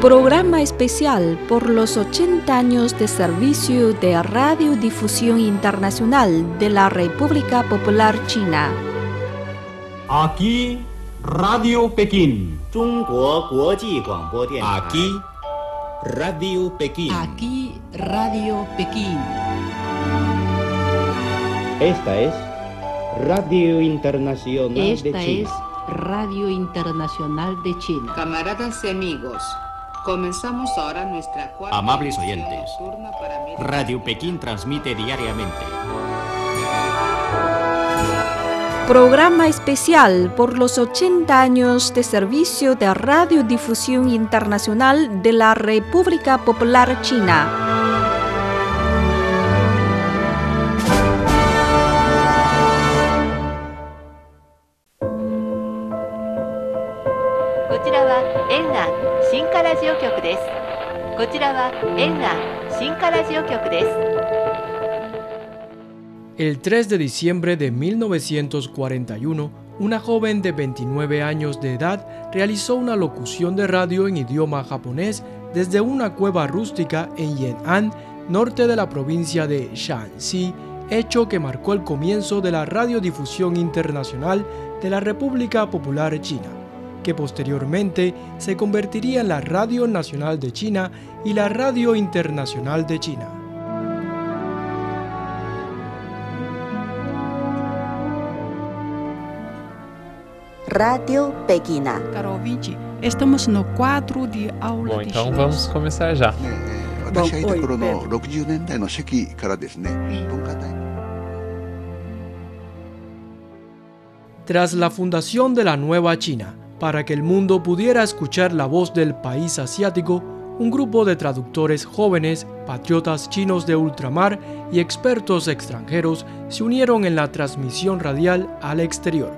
programa especial por los 80 años de servicio de radiodifusión internacional de la República Popular China. Aquí Radio Pekín. 中国国际广播电台。 Aquí Radio Pekín. Aquí Radio Pekín. Esta es Radio Internacional de Esta es China. Radio Internacional de China. Camaradas y amigos, comenzamos ahora nuestra cuarta. Amables emisión oyentes. nocturna para América Radio Pekín transmite diariamente. Programa especial por los 80 años de servicio de radiodifusión internacional de la República Popular China. こちらは沿岸新華ラジオ局です。こちらは沿岸新華ラジオ局です。 El 3 de diciembre de 1941, una joven de 29 años de edad realizó una locución de radio en idioma japonés desde una cueva rústica en Yan'an, norte de la provincia de Shaanxi, hecho que marcó el comienzo de la radiodifusión internacional de la República Popular China, que posteriormente se convertiría en la Radio Nacional de China y la Radio Internacional de China. Rádio Pequina. Caro ouvinte, estamos no quadro de aula Bom, de então chinês. vamos começar já. えー Bom, 私がいた頃 oi, の60年代の初期からですね、文化大 Tras la fundación de la Nueva China, para que el mundo pudiera escuchar la voz del país asiático, un grupo de traductores jóvenes, patriotas chinos de ultramar y expertos extranjeros se unieron en la transmisión radial al exterior.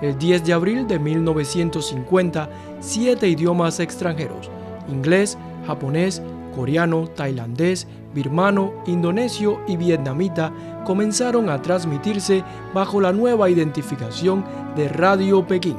El 10 de abril de 1950, siete idiomas extranjeros, inglés, japonés, coreano, tailandés, birmano, indonesio y vietnamita, comenzaron a transmitirse bajo la nueva identificación de Radio Pekín.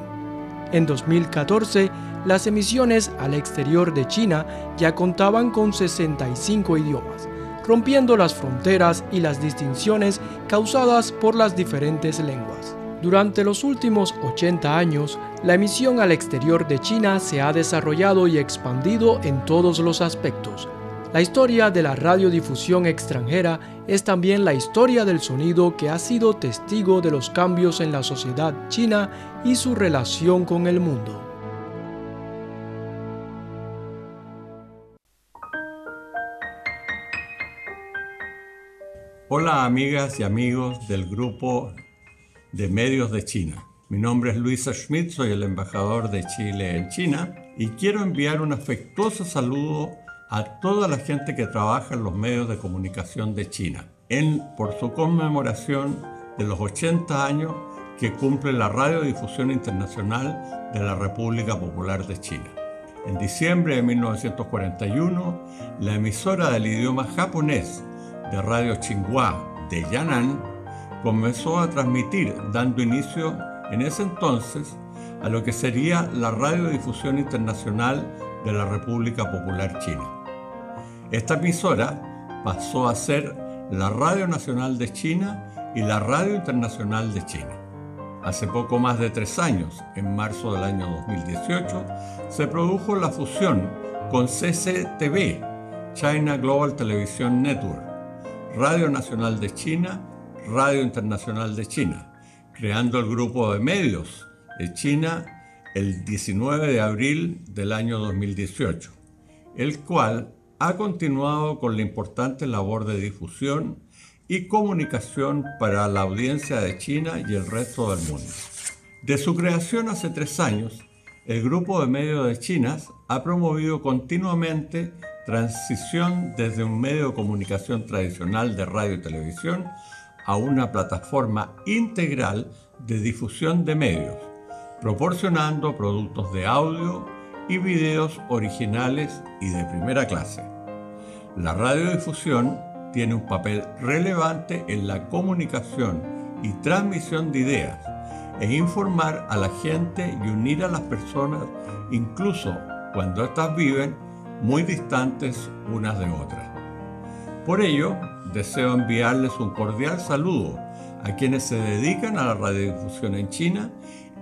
En 2014, las emisiones al exterior de China ya contaban con 65 idiomas, rompiendo las fronteras y las distinciones causadas por las diferentes lenguas. Durante los últimos 80 años, la emisión al exterior de China se ha desarrollado y expandido en todos los aspectos. La historia de la radiodifusión extranjera es también la historia del sonido que ha sido testigo de los cambios en la sociedad china y su relación con el mundo. Hola amigas y amigos del grupo de medios de China. Mi nombre es Luisa Schmidt, soy el embajador de Chile en China y quiero enviar un afectuoso saludo a toda la gente que trabaja en los medios de comunicación de China en, por su conmemoración de los 80 años que cumple la radiodifusión internacional de la República Popular de China. En diciembre de 1941, la emisora del idioma japonés de Radio Tsinghua de Yan'an comenzó a transmitir, dando inicio en ese entonces a lo que sería la radiodifusión internacional de la República Popular China. Esta emisora pasó a ser la Radio Nacional de China y la Radio Internacional de China. Hace poco más de tres años, en marzo del año 2018, se produjo la fusión con CCTV, China Global Television Network, Radio Nacional de China, Radio Internacional de China, creando el grupo de medios de China el 19 de abril del año 2018, el cual ha continuado con la importante labor de difusión y comunicación para la audiencia de China y el resto del mundo. De su creación hace tres años, el grupo de medios de Chinas ha promovido continuamente transición desde un medio de comunicación tradicional de radio y televisión a una plataforma integral de difusión de medios, proporcionando productos de audio y videos originales y de primera clase. La radiodifusión tiene un papel relevante en la comunicación y transmisión de ideas e informar a la gente y unir a las personas incluso cuando éstas viven muy distantes unas de otras. Por ello, deseo enviarles un cordial saludo a quienes se dedican a la radiodifusión en China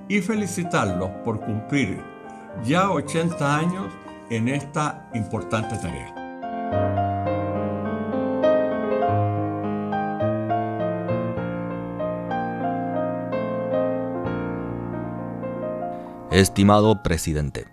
y felicitarlos por cumplir ya 80 años en esta importante tarea. Estimado presidente,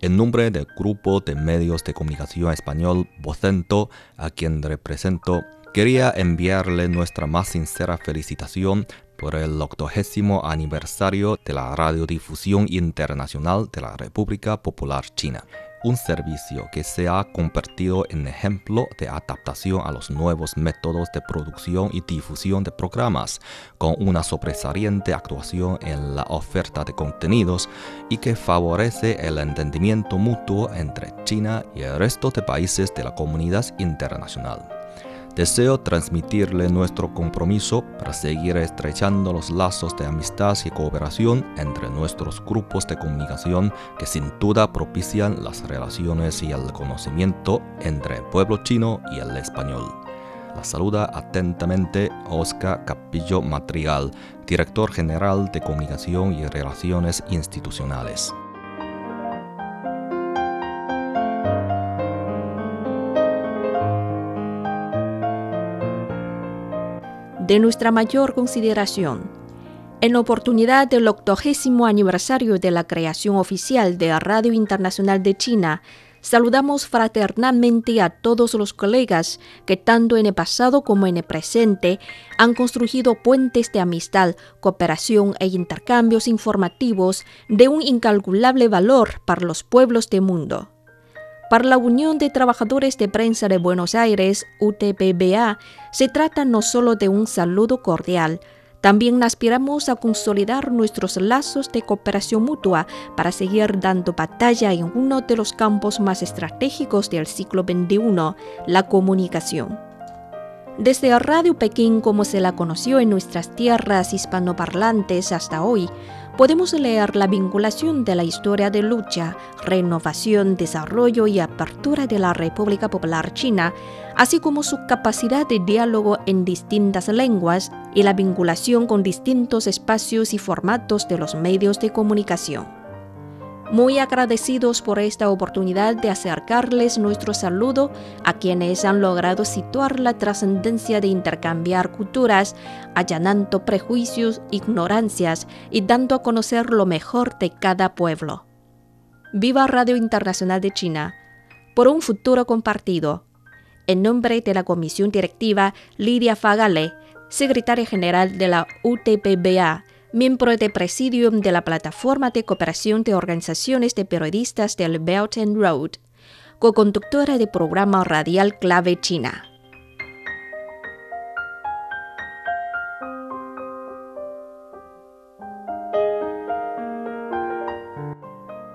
en nombre del Grupo de Medios de Comunicación Español Vocento, a quien represento, quería enviarle nuestra más sincera felicitación por el octogésimo aniversario de la Radiodifusión Internacional de la República Popular China, un servicio que se ha convertido en ejemplo de adaptación a los nuevos métodos de producción y difusión de programas, con una sobresaliente actuación en la oferta de contenidos y que favorece el entendimiento mutuo entre China y el resto de países de la comunidad internacional. Deseo transmitirle nuestro compromiso para seguir estrechando los lazos de amistad y cooperación entre nuestros grupos de comunicación que sin duda propician las relaciones y el conocimiento entre el pueblo chino y el español. La saluda atentamente Oscar Capillo Matrigal, director general de Comunicación y Relaciones Institucionales. de nuestra mayor consideración. En oportunidad del octogésimo aniversario de la creación oficial de la Radio Internacional de China, saludamos fraternalmente a todos los colegas que tanto en el pasado como en el presente han construido puentes de amistad, cooperación e intercambios informativos de un incalculable valor para los pueblos del mundo para la Unión de Trabajadores de Prensa de Buenos Aires, UTPBA, se trata no solo de un saludo cordial, también aspiramos a consolidar nuestros lazos de cooperación mutua para seguir dando batalla en uno de los campos más estratégicos del siglo XXI, la comunicación. Desde Radio Pekín, como se la conoció en nuestras tierras hispanoparlantes hasta hoy, podemos leer la vinculación de la historia de lucha, renovación, desarrollo y apertura de la República Popular China, así como su capacidad de diálogo en distintas lenguas y la vinculación con distintos espacios y formatos de los medios de comunicación. Muy agradecidos por esta oportunidad de acercarles nuestro saludo a quienes han logrado situar la trascendencia de intercambiar culturas, allanando prejuicios, ignorancias y dando a conocer lo mejor de cada pueblo. Viva Radio Internacional de China, por un futuro compartido. En nombre de la Comisión Directiva, Lidia Fagale, Secretaria General de la UTPBA, miembro de presidium de la Plataforma de Cooperación de Organizaciones de Periodistas del Belt and Road, co-conductora de programa radial Clave China.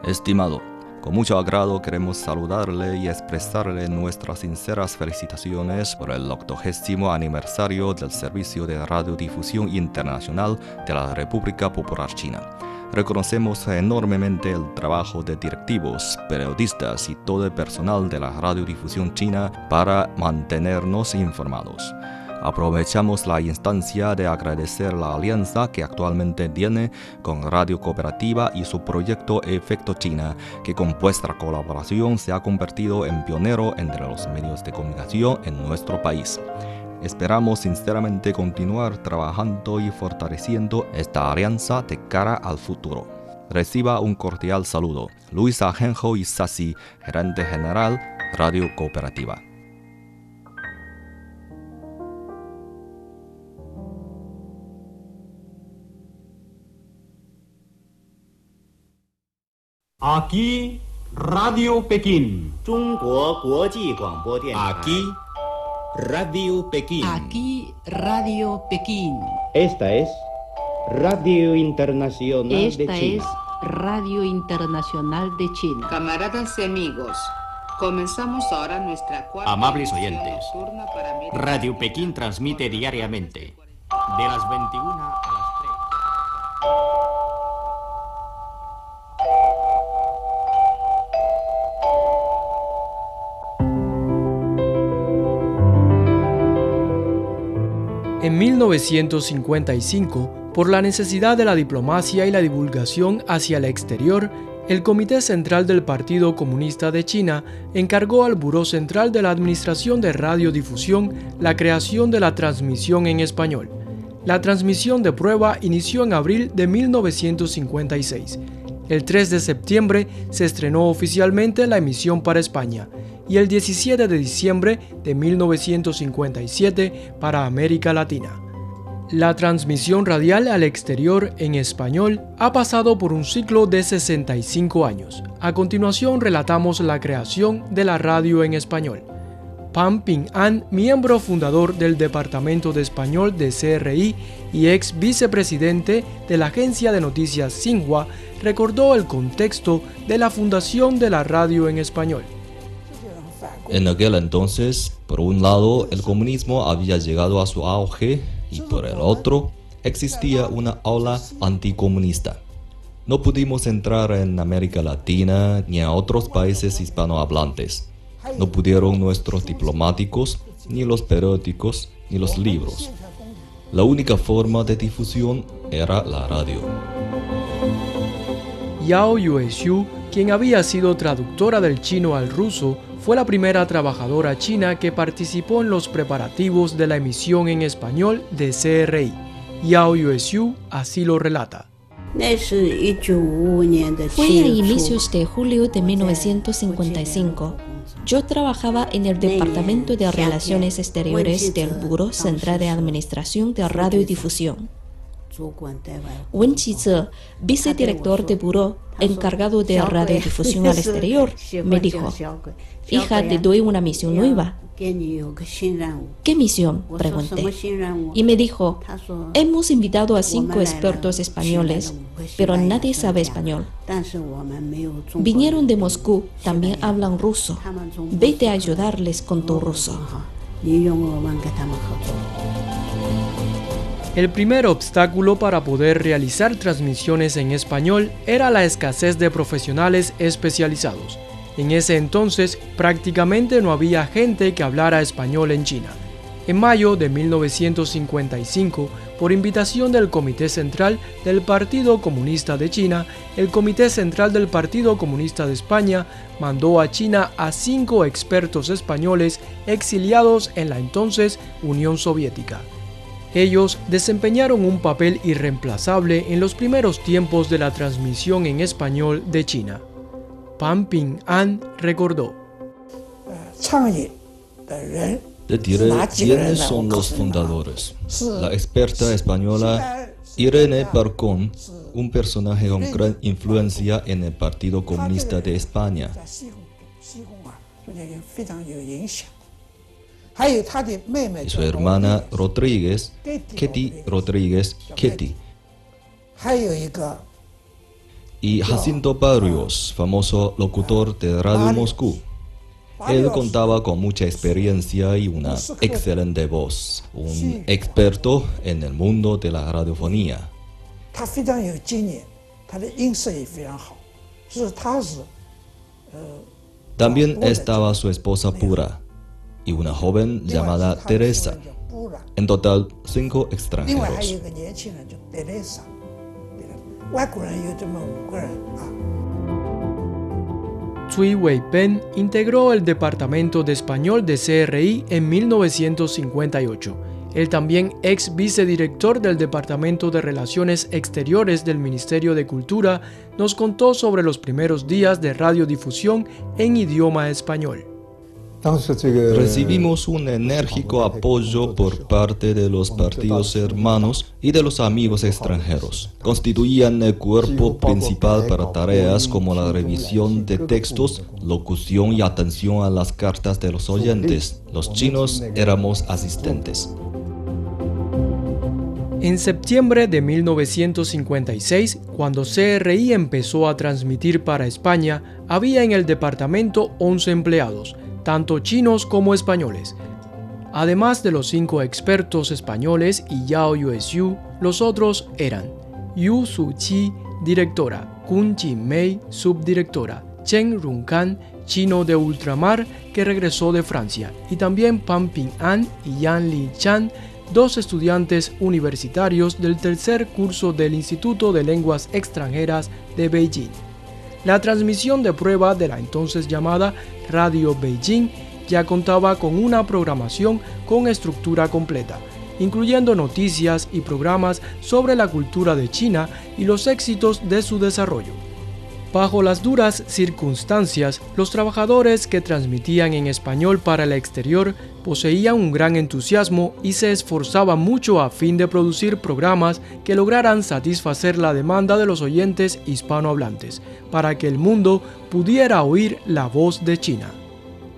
Estimado, con mucho agrado queremos saludarle y expresarle nuestras sinceras felicitaciones por el octogésimo aniversario del Servicio de Radiodifusión Internacional de la República Popular China. Reconocemos enormemente el trabajo de directivos, periodistas y todo el personal de la radiodifusión china para mantenernos informados. Aprovechamos la instancia de agradecer la alianza que actualmente tiene con Radio Cooperativa y su proyecto Efecto China, que con vuestra colaboración se ha convertido en pionero entre los medios de comunicación en nuestro país. Esperamos sinceramente continuar trabajando y fortaleciendo esta alianza de cara al futuro reciba un cordial saludo. Luis Ajenjo y Sassi, gerente general, Radio Cooperativa. Aquí Radio Pekín. Aquí Radio Pekín. Aquí Radio Pekín. Esta es Radio Internacional Esta de China. es Radio Internacional de China. Camaradas y amigos, comenzamos ahora nuestra cuarta. Amables emisión oyentes, nocturna para América Radio Pekín transmite diariamente de las 21 a las 3. 1955, por la necesidad de la diplomacia y la divulgación hacia el exterior, el Comité Central del Partido Comunista de China encargó al Buró Central de la Administración de Radiodifusión la creación de la transmisión en español. La transmisión de prueba inició en abril de 1956. El 3 de septiembre se estrenó oficialmente la emisión para España y el 17 de diciembre de 1957 para América Latina. La transmisión radial al exterior en español ha pasado por un ciclo de 65 años. A continuación relatamos la creación de la radio en español. Pan Ping An, miembro fundador del Departamento de Español de CRI y ex vicepresidente de la agencia de noticias Xinhua, recordó el contexto de la fundación de la radio en español. En aquel entonces, por un lado, el comunismo había llegado a su auge y por el otro, existía una ola anticomunista. No pudimos entrar en América Latina ni a otros países hispanohablantes. No pudieron nuestros diplomáticos, ni los periódicos, ni los libros. La única forma de difusión era la radio. Yao Yuexiu, quien había sido traductora del chino al ruso, fue la primera trabajadora china que participó en los preparativos de la emisión en español de CRI. Yao Yuexiu así lo relata. Fue a inicios de julio de 1955. Yo trabajaba en el Departamento de Relaciones Exteriores del Buró Central de Administración de Radiodifusión. Wen Qize, vicedirector de Buró, encargado de radiodifusión al exterior, me dijo, hija, te doy una misión nueva. ¿Qué misión? Pregunté. Y me dijo, hemos invitado a cinco expertos españoles, pero nadie sabe español. Vinieron de Moscú, también hablan ruso. Vete a ayudarles con tu ruso. El primer obstáculo para poder realizar transmisiones en español era la escasez de profesionales especializados. En ese entonces prácticamente no había gente que hablara español en China. En mayo de 1955, por invitación del Comité Central del Partido Comunista de China, el Comité Central del Partido Comunista de España mandó a China a cinco expertos españoles exiliados en la entonces Unión Soviética. Ellos desempeñaron un papel irreemplazable en los primeros tiempos de la transmisión en español de China. Pan Ping An recordó. Te diré quiénes son los fundadores. La experta española Irene Parcón, un personaje con gran influencia en el Partido Comunista de España. Y su hermana Rodríguez, Ketty Rodríguez Ketty. Y Jacinto Barrios, famoso locutor de Radio Moscú. Él contaba con mucha experiencia y una excelente voz, un experto en el mundo de la radiofonía. También estaba su esposa Pura, y una joven llamada Teresa. En total, cinco extranjeros. Tsui Wei-pen integró el Departamento de Español de CRI en 1958. El también ex vicedirector del Departamento de Relaciones Exteriores del Ministerio de Cultura nos contó sobre los primeros días de radiodifusión en idioma español. Recibimos un enérgico apoyo por parte de los partidos hermanos y de los amigos extranjeros. Constituían el cuerpo principal para tareas como la revisión de textos, locución y atención a las cartas de los oyentes. Los chinos éramos asistentes. En septiembre de 1956, cuando CRI empezó a transmitir para España, había en el departamento 11 empleados tanto chinos como españoles. Además de los cinco expertos españoles y Yao Yuexiu, los otros eran Yu Su-chi, directora, Kun Jin-mei, subdirectora, Chen Runkan, chino de ultramar que regresó de Francia, y también Pan Ping-an y Yan Li-chan, dos estudiantes universitarios del tercer curso del Instituto de Lenguas Extranjeras de Beijing. La transmisión de prueba de la entonces llamada Radio Beijing ya contaba con una programación con estructura completa, incluyendo noticias y programas sobre la cultura de China y los éxitos de su desarrollo. Bajo las duras circunstancias, los trabajadores que transmitían en español para el exterior poseían un gran entusiasmo y se esforzaban mucho a fin de producir programas que lograran satisfacer la demanda de los oyentes hispanohablantes, para que el mundo pudiera oír la voz de China.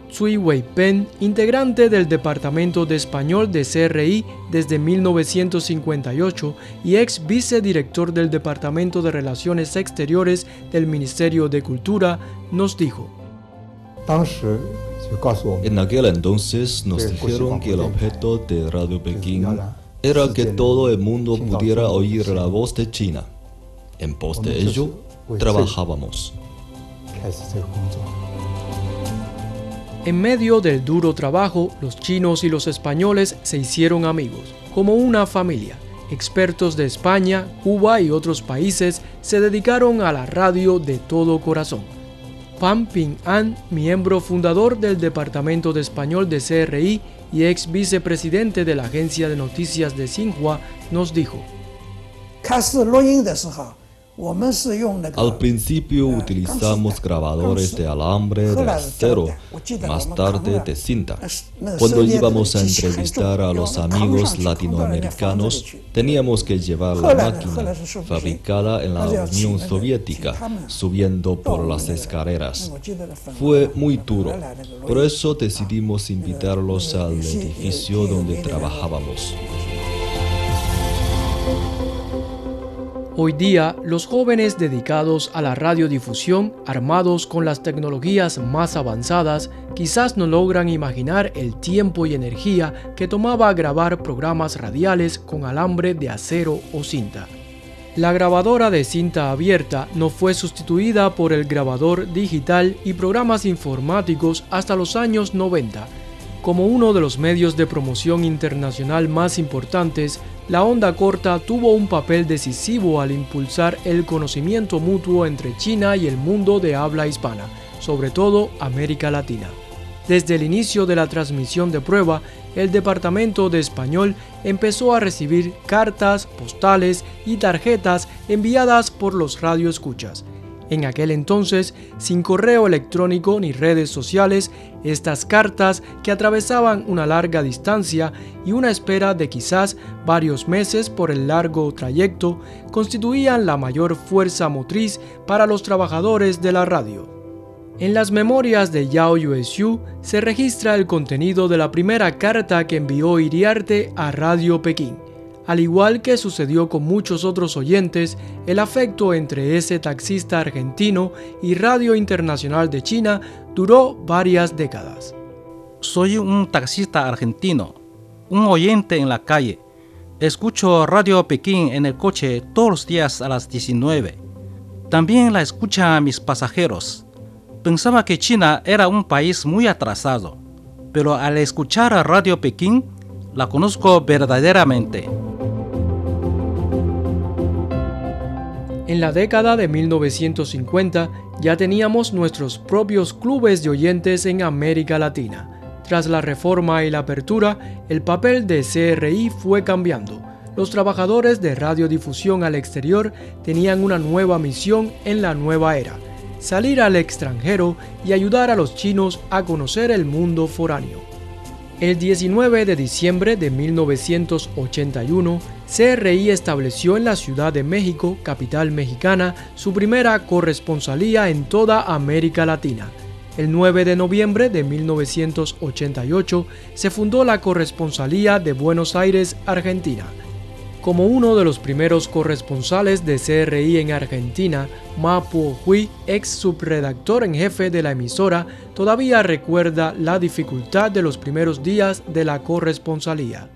Tsui Wei-pen, integrante del Departamento de Español de CRI desde 1958 y ex vicedirector del Departamento de Relaciones Exteriores del Ministerio de Cultura, nos dijo. En aquel entonces nos dijeron que el objeto de Radio Pekín era que todo el mundo pudiera oír la voz de China. En pos de ello, trabajábamos. En medio del duro trabajo, los chinos y los españoles se hicieron amigos, como una familia. Expertos de España, Cuba y otros países se dedicaron a la radio de todo corazón. Pan Ping An, miembro fundador del Departamento de Español de CRI y ex vicepresidente de la agencia de noticias de Xinhua, nos dijo. Al principio utilizamos grabadores de alambre de acero, más tarde de cinta. Cuando íbamos a entrevistar a los amigos latinoamericanos, teníamos que llevar la máquina fabricada en la Unión Soviética, subiendo por las escaleras. Fue muy duro, por eso decidimos invitarlos al edificio donde trabajábamos. Hoy día, los jóvenes dedicados a la radiodifusión, armados con las tecnologías más avanzadas, quizás no logran imaginar el tiempo y energía que tomaba grabar programas radiales con alambre de acero o cinta. La grabadora de cinta abierta no fue sustituida por el grabador digital y programas informáticos hasta los años 90. Como uno de los medios de promoción internacional más importantes, la onda corta tuvo un papel decisivo al impulsar el conocimiento mutuo entre China y el mundo de habla hispana, sobre todo América Latina. Desde el inicio de la transmisión de prueba, el Departamento de Español empezó a recibir cartas, postales y tarjetas enviadas por los radioescuchas. En aquel entonces, sin correo electrónico ni redes sociales, estas cartas que atravesaban una larga distancia y una espera de quizás varios meses por el largo trayecto constituían la mayor fuerza motriz para los trabajadores de la radio. En las memorias de Yao Yuexiu se registra el contenido de la primera carta que envió Iriarte a Radio Pekín. Al igual que sucedió con muchos otros oyentes, el afecto entre ese taxista argentino y Radio Internacional de China duró varias décadas. Soy un taxista argentino, un oyente en la calle. Escucho Radio Pekín en el coche todos los días a las 19. También la escuchan mis pasajeros. Pensaba que China era un país muy atrasado, pero al escuchar a Radio Pekín, la conozco verdaderamente. En la década de 1950 ya teníamos nuestros propios clubes de oyentes en América Latina. Tras la reforma y la apertura, el papel de CRI fue cambiando. Los trabajadores de radiodifusión al exterior tenían una nueva misión en la nueva era, salir al extranjero y ayudar a los chinos a conocer el mundo foráneo. El 19 de diciembre de 1981, CRI estableció en la Ciudad de México, capital mexicana, su primera corresponsalía en toda América Latina. El 9 de noviembre de 1988 se fundó la corresponsalía de Buenos Aires, Argentina. Como uno de los primeros corresponsales de CRI en Argentina, Ma Puo Hui, ex subredactor en jefe de la emisora, todavía recuerda la dificultad de los primeros días de la corresponsalía.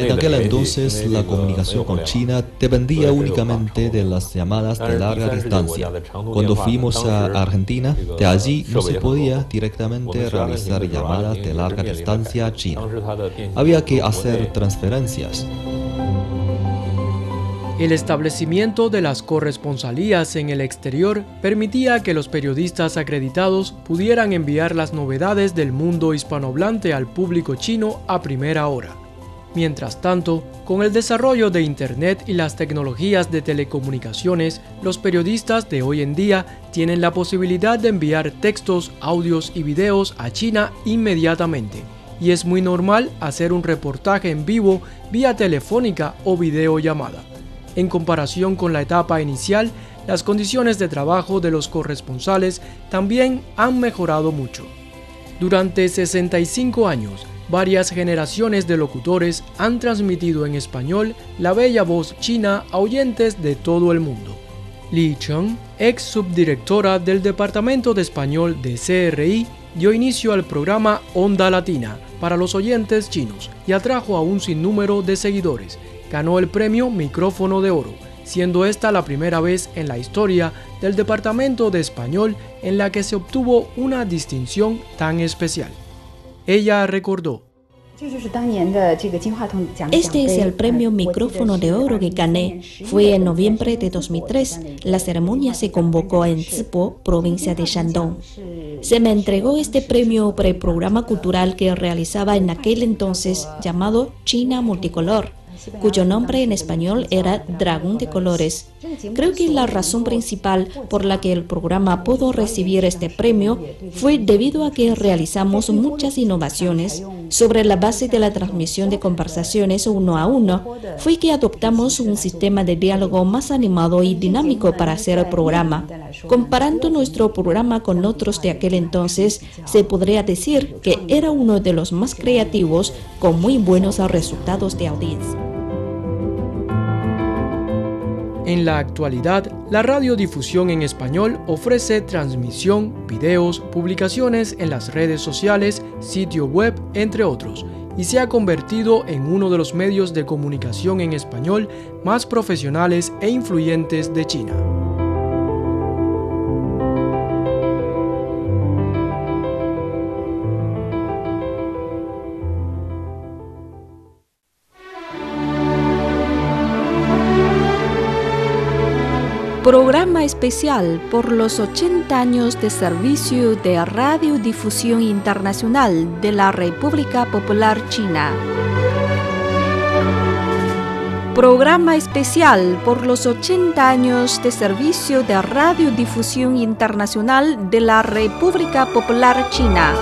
En aquel entonces la comunicación con China dependía únicamente de las llamadas de larga distancia. Cuando fuimos a Argentina, de allí no se podía directamente realizar llamadas de larga distancia a China. Había que hacer transferencias. El establecimiento de las corresponsalías en el exterior permitía que los periodistas acreditados pudieran enviar las novedades del mundo hispanohablante al público chino a primera hora. Mientras tanto, con el desarrollo de Internet y las tecnologías de telecomunicaciones, los periodistas de hoy en día tienen la posibilidad de enviar textos, audios y videos a China inmediatamente, y es muy normal hacer un reportaje en vivo vía telefónica o videollamada. En comparación con la etapa inicial, las condiciones de trabajo de los corresponsales también han mejorado mucho. Durante 65 años, varias generaciones de locutores han transmitido en español la bella voz china a oyentes de todo el mundo. Li Cheng, ex subdirectora del Departamento de Español de CRI, dio inicio al programa Onda Latina para los oyentes chinos y atrajo a un sinnúmero de seguidores, ganó el premio Micrófono de Oro, siendo esta la primera vez en la historia del Departamento de Español en la que se obtuvo una distinción tan especial. Ella recordó, este es el premio Micrófono de Oro que gané. Fue en noviembre de 2003. La ceremonia se convocó en Zibo, provincia de Shandong. Se me entregó este premio por el programa cultural que realizaba en aquel entonces llamado China Multicolor cuyo nombre en español era Dragón de Colores. Creo que la razón principal por la que el programa pudo recibir este premio fue debido a que realizamos muchas innovaciones sobre la base de la transmisión de conversaciones uno a uno. Fue que adoptamos un sistema de diálogo más animado y dinámico para hacer el programa. Comparando nuestro programa con otros de aquel entonces, se podría decir que era uno de los más creativos con muy buenos resultados de audiencia. En la actualidad, la radiodifusión en español ofrece transmisión, videos, publicaciones en las redes sociales, sitio web, entre otros, y se ha convertido en uno de los medios de comunicación en español más profesionales e influyentes de China. Programa especial por los 80 años de servicio de radiodifusión internacional de la República Popular China. Programa especial por los 80 años de servicio de radiodifusión internacional de la República Popular China.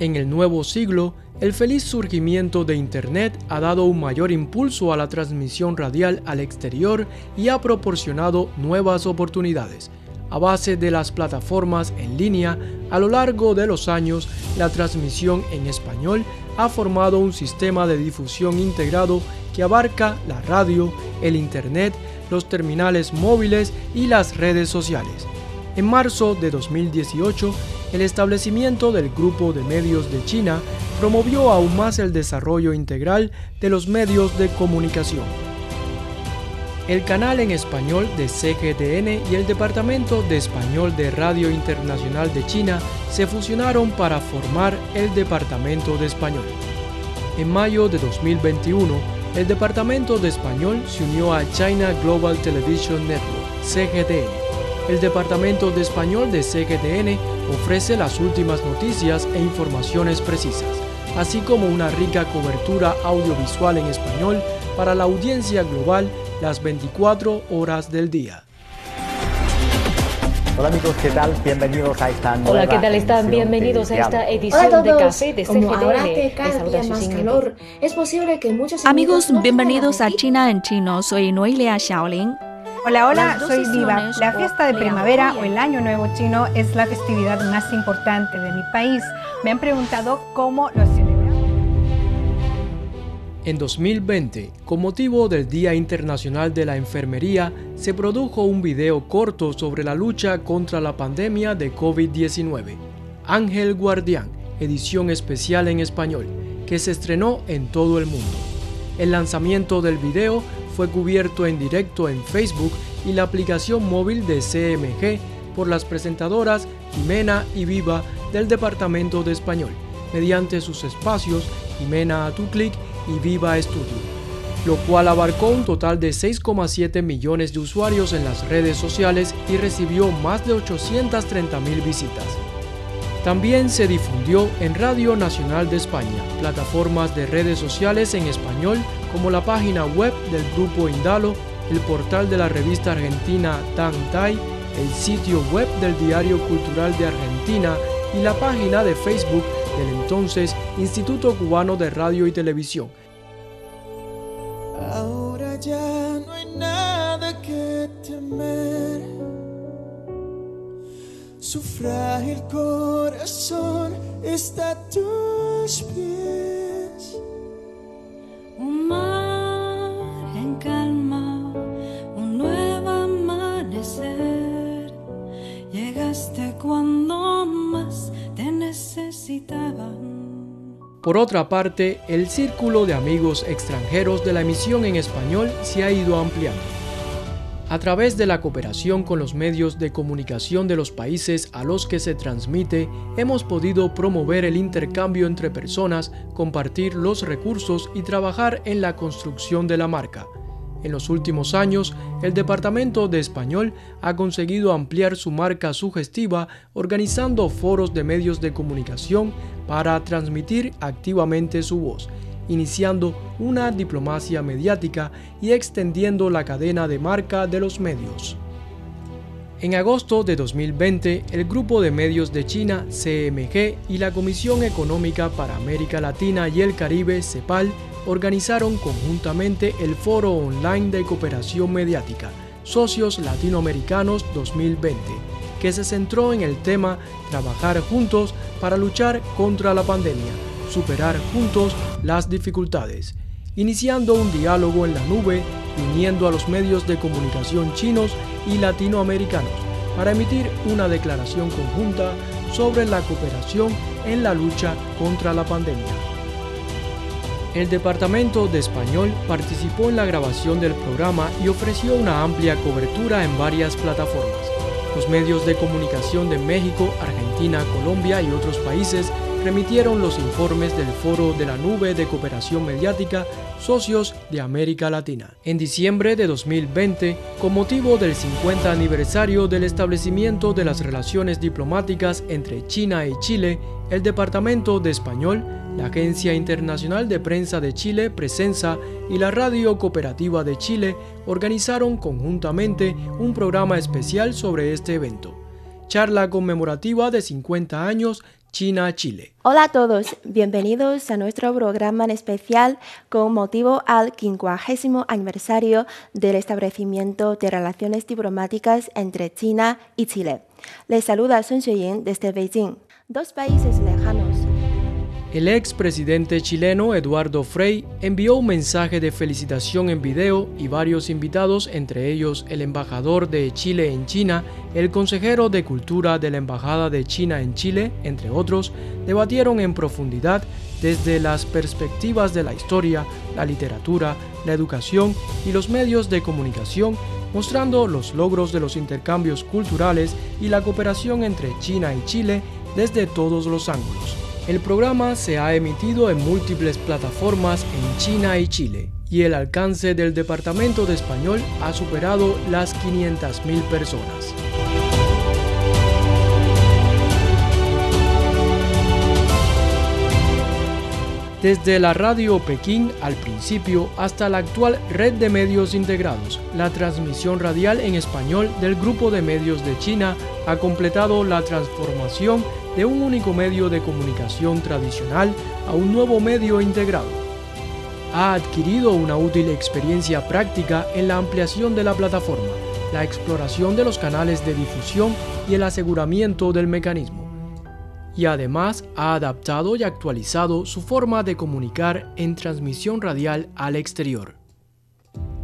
En el nuevo siglo, el feliz surgimiento de Internet ha dado un mayor impulso a la transmisión radial al exterior y ha proporcionado nuevas oportunidades. A base de las plataformas en línea, a lo largo de los años, la transmisión en español ha formado un sistema de difusión integrado que abarca la radio, el Internet, los terminales móviles y las redes sociales. En marzo de 2018, el establecimiento del Grupo de Medios de China promovió aún más el desarrollo integral de los medios de comunicación. El canal en español de CGTN y el Departamento de Español de Radio Internacional de China se fusionaron para formar el Departamento de Español. En mayo de 2021, el Departamento de Español se unió a China Global Television Network, CGTN, el Departamento de Español de CGTN ofrece las últimas noticias e informaciones precisas, así como una rica cobertura audiovisual en español para la audiencia global las 24 horas del día. Hola amigos, ¿qué tal? Bienvenidos a esta nueva Hola, ¿qué tal están? Bienvenidos a esta edición Hola a todos. de Café de CGTN. Ahora te cada más calor, es posible que muchos amigos, bienvenidos a China en Chino. Soy Noelia Shaolin. Hola, hola, soy Viva. La fiesta de primavera o el Año Nuevo Chino es la festividad más importante de mi país. Me han preguntado cómo lo celebramos. En 2020, con motivo del Día Internacional de la Enfermería, se produjo un video corto sobre la lucha contra la pandemia de COVID-19, Ángel Guardián, edición especial en español, que se estrenó en todo el mundo. El lanzamiento del video fue cubierto en directo en Facebook y la aplicación móvil de CMG por las presentadoras Jimena y Viva del Departamento de Español, mediante sus espacios Jimena a tu clic y Viva Studio, lo cual abarcó un total de 6,7 millones de usuarios en las redes sociales y recibió más de 830 mil visitas. También se difundió en Radio Nacional de España, plataformas de redes sociales en español como la página web del grupo Indalo, el portal de la revista argentina Dan Tai, el sitio web del Diario Cultural de Argentina y la página de Facebook del entonces Instituto Cubano de Radio y Televisión. Ahora ya no hay nada que temer. Su frágil corazón está a tus pies. Un mar en calma, un nuevo amanecer. Llegaste cuando más te necesitaban. Por otra parte, el círculo de amigos extranjeros de la emisión en español se ha ido ampliando. A través de la cooperación con los medios de comunicación de los países a los que se transmite, hemos podido promover el intercambio entre personas, compartir los recursos y trabajar en la construcción de la marca. En los últimos años, el Departamento de Español ha conseguido ampliar su marca sugestiva organizando foros de medios de comunicación para transmitir activamente su voz, iniciando una diplomacia mediática y extendiendo la cadena de marca de los medios. En agosto de 2020, el Grupo de Medios de China, CMG, y la Comisión Económica para América Latina y el Caribe, CEPAL, organizaron conjuntamente el Foro Online de Cooperación Mediática, Socios Latinoamericanos 2020, que se centró en el tema Trabajar juntos para luchar contra la pandemia, superar juntos las dificultades, iniciando un diálogo en la nube, uniendo a los medios de comunicación chinos y latinoamericanos para emitir una declaración conjunta sobre la cooperación en la lucha contra la pandemia. El Departamento de Español participó en la grabación del programa y ofreció una amplia cobertura en varias plataformas. Los medios de comunicación de México, Argentina, Colombia y otros países remitieron los informes del Foro de la Nube de Cooperación Mediática Socios de América Latina. En diciembre de 2020, con motivo del 50 aniversario del establecimiento de las relaciones diplomáticas entre China y Chile, el Departamento de Español, la Agencia Internacional de Prensa de Chile, Presenza, y la Radio Cooperativa de Chile organizaron conjuntamente un programa especial sobre este evento. Charla conmemorativa de 50 años China-Chile. Hola a todos, bienvenidos a nuestro programa en especial con motivo al 50 aniversario del establecimiento de relaciones diplomáticas entre China y Chile. Les saluda Sun Xueyin desde Beijing, dos países lejanos. El ex presidente chileno Eduardo Frei envió un mensaje de felicitación en video y varios invitados, entre ellos el embajador de Chile en China, el consejero de Cultura de la Embajada de China en Chile, entre otros, debatieron en profundidad desde las perspectivas de la historia, la literatura, la educación y los medios de comunicación, mostrando los logros de los intercambios culturales y la cooperación entre China y Chile desde todos los ángulos. El programa se ha emitido en múltiples plataformas en China y Chile y el alcance del Departamento de Español ha superado las 500.000 personas. Desde la radio Pekín al principio hasta la actual red de medios integrados, la transmisión radial en español del grupo de medios de China ha completado la transformación de un único medio de comunicación tradicional a un nuevo medio integrado. Ha adquirido una útil experiencia práctica en la ampliación de la plataforma, la exploración de los canales de difusión y el aseguramiento del mecanismo. Y además ha adaptado y actualizado su forma de comunicar en transmisión radial al exterior.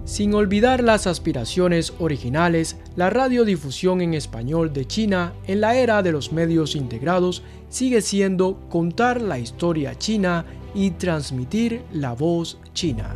Sin olvidar las aspiraciones originales, la radiodifusión en español de China en la era de los medios integrados sigue siendo contar la historia china y transmitir la voz china.